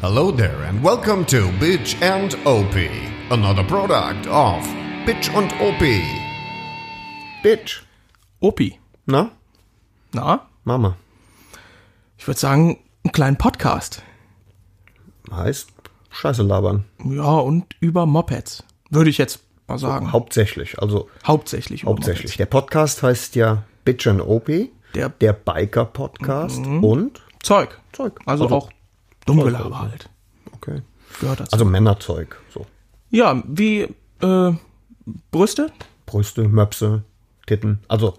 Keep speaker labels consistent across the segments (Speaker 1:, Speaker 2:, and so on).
Speaker 1: Hello there and welcome to Bitch and OP, another product of Bitch und OP. Bitch.
Speaker 2: Opi.
Speaker 1: Na,
Speaker 2: Na?
Speaker 1: Mama.
Speaker 2: Ich würde sagen, einen kleinen Podcast.
Speaker 1: Heißt Scheiße labern.
Speaker 2: Ja, und über Mopeds. Würde ich jetzt mal sagen.
Speaker 1: Hauptsächlich. Also
Speaker 2: hauptsächlich. Über
Speaker 1: hauptsächlich. Der Podcast heißt ja Bitch and OP.
Speaker 2: Der-
Speaker 1: der Biker Podcast und
Speaker 2: Mopeds. Zeug.
Speaker 1: Zeug.
Speaker 2: Mhm. Also
Speaker 1: Also
Speaker 2: auch Dummgelaber halt.
Speaker 1: okay.
Speaker 2: Gehört dazu.
Speaker 1: Also Männerzeug. So.
Speaker 2: ja, wie äh, Brüste?
Speaker 1: Brüste, Möpse, Titten. Also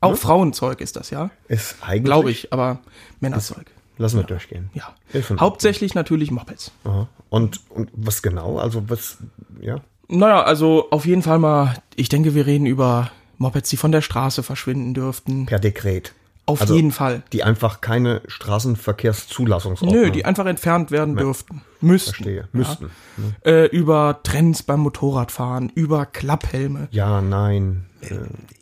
Speaker 2: Auch Frauenzeug ist das, ja?
Speaker 1: ist eigentlich.
Speaker 2: Glaube ich, aber Männerzeug.
Speaker 1: Lassen wir durchgehen.
Speaker 2: Ja.
Speaker 1: Ist in
Speaker 2: Hauptsächlich natürlich Mopeds.
Speaker 1: Aha. Und, und was genau? Also was, ja.
Speaker 2: Naja, also auf jeden Fall mal, ich denke, wir reden über Mopeds, die von der Straße verschwinden dürften.
Speaker 1: Per Dekret.
Speaker 2: Auf
Speaker 1: Also,
Speaker 2: jeden Fall.
Speaker 1: Die einfach keine Straßenverkehrszulassungsordnung.
Speaker 2: Nö, die einfach entfernt werden dürften. Müssten.
Speaker 1: ne? Verstehe. Müssten. ne?
Speaker 2: Äh, über Trends beim Motorradfahren, über Klapphelme.
Speaker 1: Ja, nein. Äh,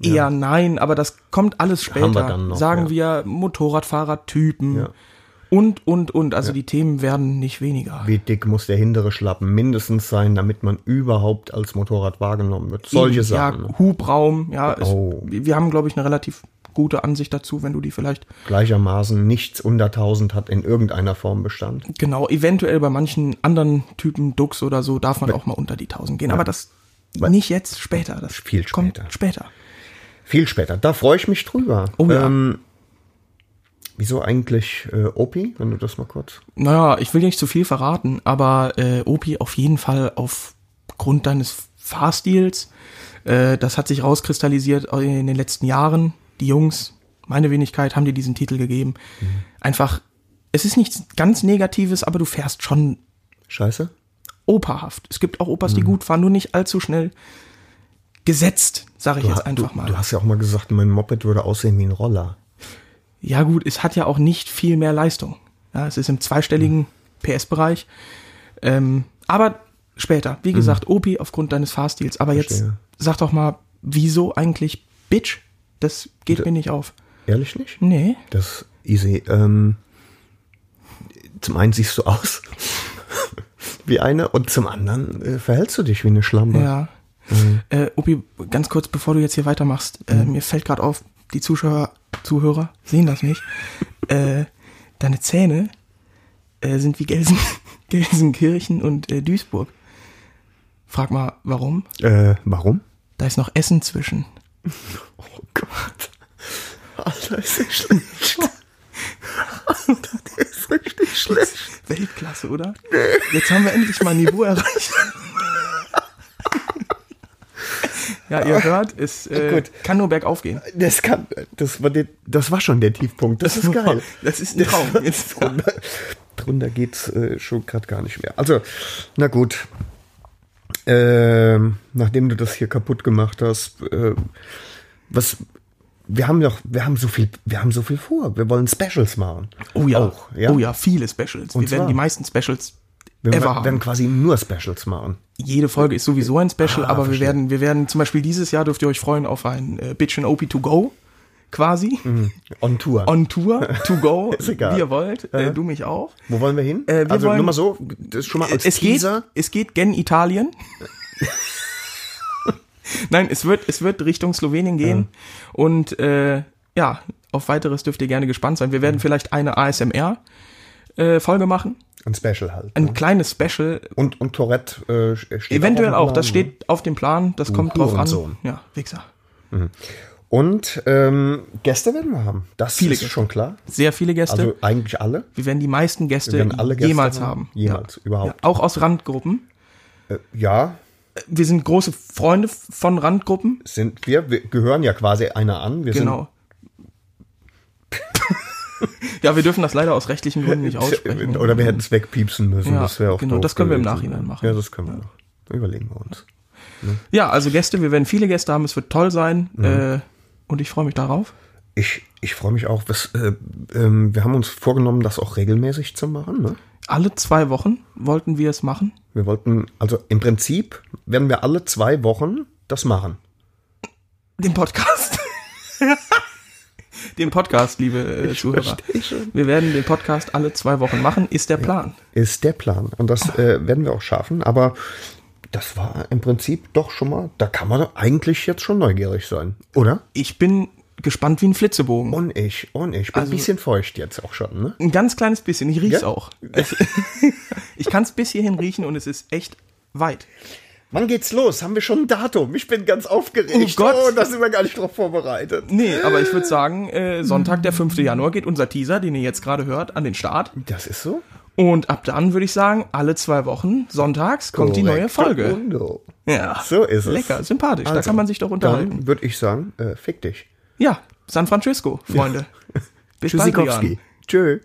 Speaker 2: Eher nein, aber das kommt alles später.
Speaker 1: Haben wir dann noch,
Speaker 2: Sagen
Speaker 1: ja.
Speaker 2: wir Motorradfahrertypen
Speaker 1: Ja.
Speaker 2: und, und, und. Also die Themen werden nicht weniger.
Speaker 1: Wie dick muss der hintere Schlappen mindestens sein, damit man überhaupt als Motorrad wahrgenommen wird? Solche Sachen. ne?
Speaker 2: Ja, Hubraum, ja. Ist,
Speaker 1: Oh.
Speaker 2: Wir haben, glaube ich, eine relativ gute Ansicht dazu, wenn du die vielleicht
Speaker 1: Gleichermaßen nichts unter 1000 hat in irgendeiner Form Bestand.
Speaker 2: Genau, eventuell bei manchen anderen Typen Dux oder so darf man auch mal unter die 1000 gehen, aber das nicht jetzt, später. Das
Speaker 1: Viel später.
Speaker 2: kommt später.
Speaker 1: Viel später. Da freue ich mich drüber.
Speaker 2: Oh ja.
Speaker 1: ähm, wieso eigentlich äh, Opi, wenn du das mal kurz.
Speaker 2: Naja, ich will nicht zu viel verraten, aber äh, Opi auf jeden Fall aufgrund deines Fahrstils, äh, das hat sich rauskristallisiert in den letzten Jahren. Die Jungs, meine Wenigkeit, haben dir diesen Titel gegeben.
Speaker 1: Mhm.
Speaker 2: Einfach, es ist nichts ganz Negatives, aber du fährst schon
Speaker 1: Scheiße?
Speaker 2: operhaft. Es gibt auch Opas,
Speaker 1: Mhm.
Speaker 2: die gut fahren, nur nicht allzu schnell. Gesetzt, sage ich
Speaker 1: Ah, Du, ha-
Speaker 2: jetzt einfach
Speaker 1: du,
Speaker 2: mal.
Speaker 1: du hast ja auch mal gesagt, mein Moped würde aussehen wie ein Roller.
Speaker 2: Ja gut, es hat ja auch nicht viel mehr Leistung. Ja, es ist im zweistelligen PS-Bereich. Ähm, aber später, wie gesagt, Opi aufgrund deines Fahrstils. Aber
Speaker 1: Verstehe.
Speaker 2: jetzt sag doch mal, wieso eigentlich Bitch? Das geht mir nicht auf.
Speaker 1: Ehrlich nicht?
Speaker 2: Nee.
Speaker 1: Das ist easy. Ähm, zum einen siehst du aus wie eine und zum anderen äh, verhältst du dich wie eine Schlampe.
Speaker 2: Ja. Äh, Opi, ganz kurz, bevor du jetzt hier weitermachst, äh, mir fällt gerade auf, die Zuschauer, Zuhörer sehen das nicht. äh, deine Zähne äh, sind wie Gelsen, Gelsenkirchen und äh, Duisburg. Frag mal, warum?
Speaker 1: Äh, warum?
Speaker 2: Da ist noch Essen zwischen.
Speaker 1: Oh Gott. Alter, ist das schlecht. Alter, der ist richtig schlecht.
Speaker 2: Weltklasse, oder? Jetzt haben wir endlich mal ein Niveau erreicht. ja, ihr hört, es äh,
Speaker 1: Gut.
Speaker 2: kann nur bergauf gehen.
Speaker 1: Das kann, das war, der, das war schon der Tiefpunkt. Das, ist geil.
Speaker 2: Das ist ein Traum. Jetzt, ja.
Speaker 1: drunter, drunter geht's äh, schon gerade gar nicht mehr. Also, na gut. Ähm, nachdem du das hier kaputt gemacht hast, äh, was wir haben doch, wir haben so viel, wir haben so viel vor. Wir wollen Specials machen.
Speaker 2: Oh ja.
Speaker 1: Auch, ja?
Speaker 2: Oh ja, viele Specials. wir
Speaker 1: zwar?
Speaker 2: werden die meisten Specials
Speaker 1: Wir
Speaker 2: ever
Speaker 1: werden, werden
Speaker 2: haben.
Speaker 1: quasi nur Specials machen.
Speaker 2: Jede Folge ist sowieso ein Special,
Speaker 1: Ah,
Speaker 2: aber wir
Speaker 1: verstehe.
Speaker 2: werden, wir werden zum Beispiel dieses Jahr dürft ihr euch freuen auf ein äh, Bitch and OP to go quasi
Speaker 1: On Tour.
Speaker 2: on Tour to go,
Speaker 1: Mhm. Ist egal.
Speaker 2: wie ihr wollt, äh, du mich auch.
Speaker 1: Wo wollen wir hin?
Speaker 2: Äh, wir
Speaker 1: also
Speaker 2: wollen-
Speaker 1: nur mal so, das ist schon mal als
Speaker 2: es
Speaker 1: Teaser.
Speaker 2: geht, es geht gen Italien. Nein, es wird, es wird Richtung Slowenien gehen. Und äh, ja, auf weiteres dürft ihr gerne gespannt sein. Wir
Speaker 1: Mhm.
Speaker 2: werden vielleicht eine ASMR-Folge äh, machen.
Speaker 1: Ein Special halt.
Speaker 2: Ein kleines Special.
Speaker 1: und, und Tourette äh, steht
Speaker 2: Eventuell
Speaker 1: auf dem
Speaker 2: auch, das
Speaker 1: Plan, ne?
Speaker 2: steht auf dem Plan, das kommt drauf an.
Speaker 1: Hurensohn.
Speaker 2: Ja, Wichser.
Speaker 1: Und ähm, Gäste werden wir haben. Das
Speaker 2: Viele
Speaker 1: ist
Speaker 2: Gäste.
Speaker 1: schon klar.
Speaker 2: Sehr viele Gäste.
Speaker 1: Also eigentlich alle.
Speaker 2: wir werden die meisten Gäste,
Speaker 1: Wir werden alle Gäste
Speaker 2: jemals
Speaker 1: haben.
Speaker 2: haben.
Speaker 1: Jemals,
Speaker 2: ja.
Speaker 1: überhaupt.
Speaker 2: Ja, auch aus Randgruppen.
Speaker 1: Ja,
Speaker 2: Wir sind große Freunde von Randgruppen.
Speaker 1: sind wir. Wir gehören ja quasi einer an. Wir
Speaker 2: Genau. ja, wir dürfen das leider aus rechtlichen Gründen nicht aussprechen.
Speaker 1: sind. Oder wir hätten es wegpiepsen müssen.
Speaker 2: Ja,
Speaker 1: das wäre auch
Speaker 2: genau,
Speaker 1: doof
Speaker 2: das können wir im
Speaker 1: gewesen.
Speaker 2: Nachhinein machen.
Speaker 1: Ja, das können wir noch. Überlegen wir uns.
Speaker 2: Ja, also Gäste, wir werden viele Gäste haben, es wird toll sein.
Speaker 1: Mhm.
Speaker 2: Äh, und ich freue mich darauf.
Speaker 1: Ich, ich freue mich auch. Was, äh, ähm, wir haben uns vorgenommen, das auch regelmäßig zu machen. Ne?
Speaker 2: Alle zwei Wochen wollten wir es machen.
Speaker 1: Wir wollten, also im Prinzip werden wir alle zwei Wochen das machen.
Speaker 2: Den Podcast. den Podcast, liebe äh, Zuhörer. Wir werden den Podcast alle zwei Wochen machen, ist der Plan.
Speaker 1: Ist der Plan. Und das äh, werden wir auch schaffen. Aber das war im Prinzip doch schon mal, da kann man doch eigentlich jetzt schon neugierig sein, oder?
Speaker 2: Ich bin gespannt wie ein Flitzebogen.
Speaker 1: Und ich, und ich. Bin
Speaker 2: Also-
Speaker 1: ein bisschen feucht jetzt auch schon, ne?
Speaker 2: Ein ganz kleines bisschen, ich riech's
Speaker 1: Ja?
Speaker 2: auch. ich kann es bis hierhin riechen und es ist echt weit.
Speaker 1: Wann geht's los? Haben wir schon ein Datum? Ich bin ganz aufgeregt.
Speaker 2: Oh Gott.
Speaker 1: da sind wir gar nicht drauf vorbereitet.
Speaker 2: Nee, aber ich würde sagen, äh, Sonntag, der 5. Januar, geht unser Teaser, den ihr jetzt gerade hört, an den Start.
Speaker 1: Das ist so?
Speaker 2: Und ab dann würde ich sagen, alle zwei Wochen, sonntags, kommt die neue
Speaker 1: Correcto
Speaker 2: Folge.
Speaker 1: mundo.
Speaker 2: Ja,
Speaker 1: So ist es. Also,
Speaker 2: Lecker, sympathisch, da kann man sich doch unterhalten.
Speaker 1: Dann würde ich sagen, äh, fick dich.
Speaker 2: Ja, San Francisco, Freunde. Bis bald, Rian.
Speaker 1: Tschö.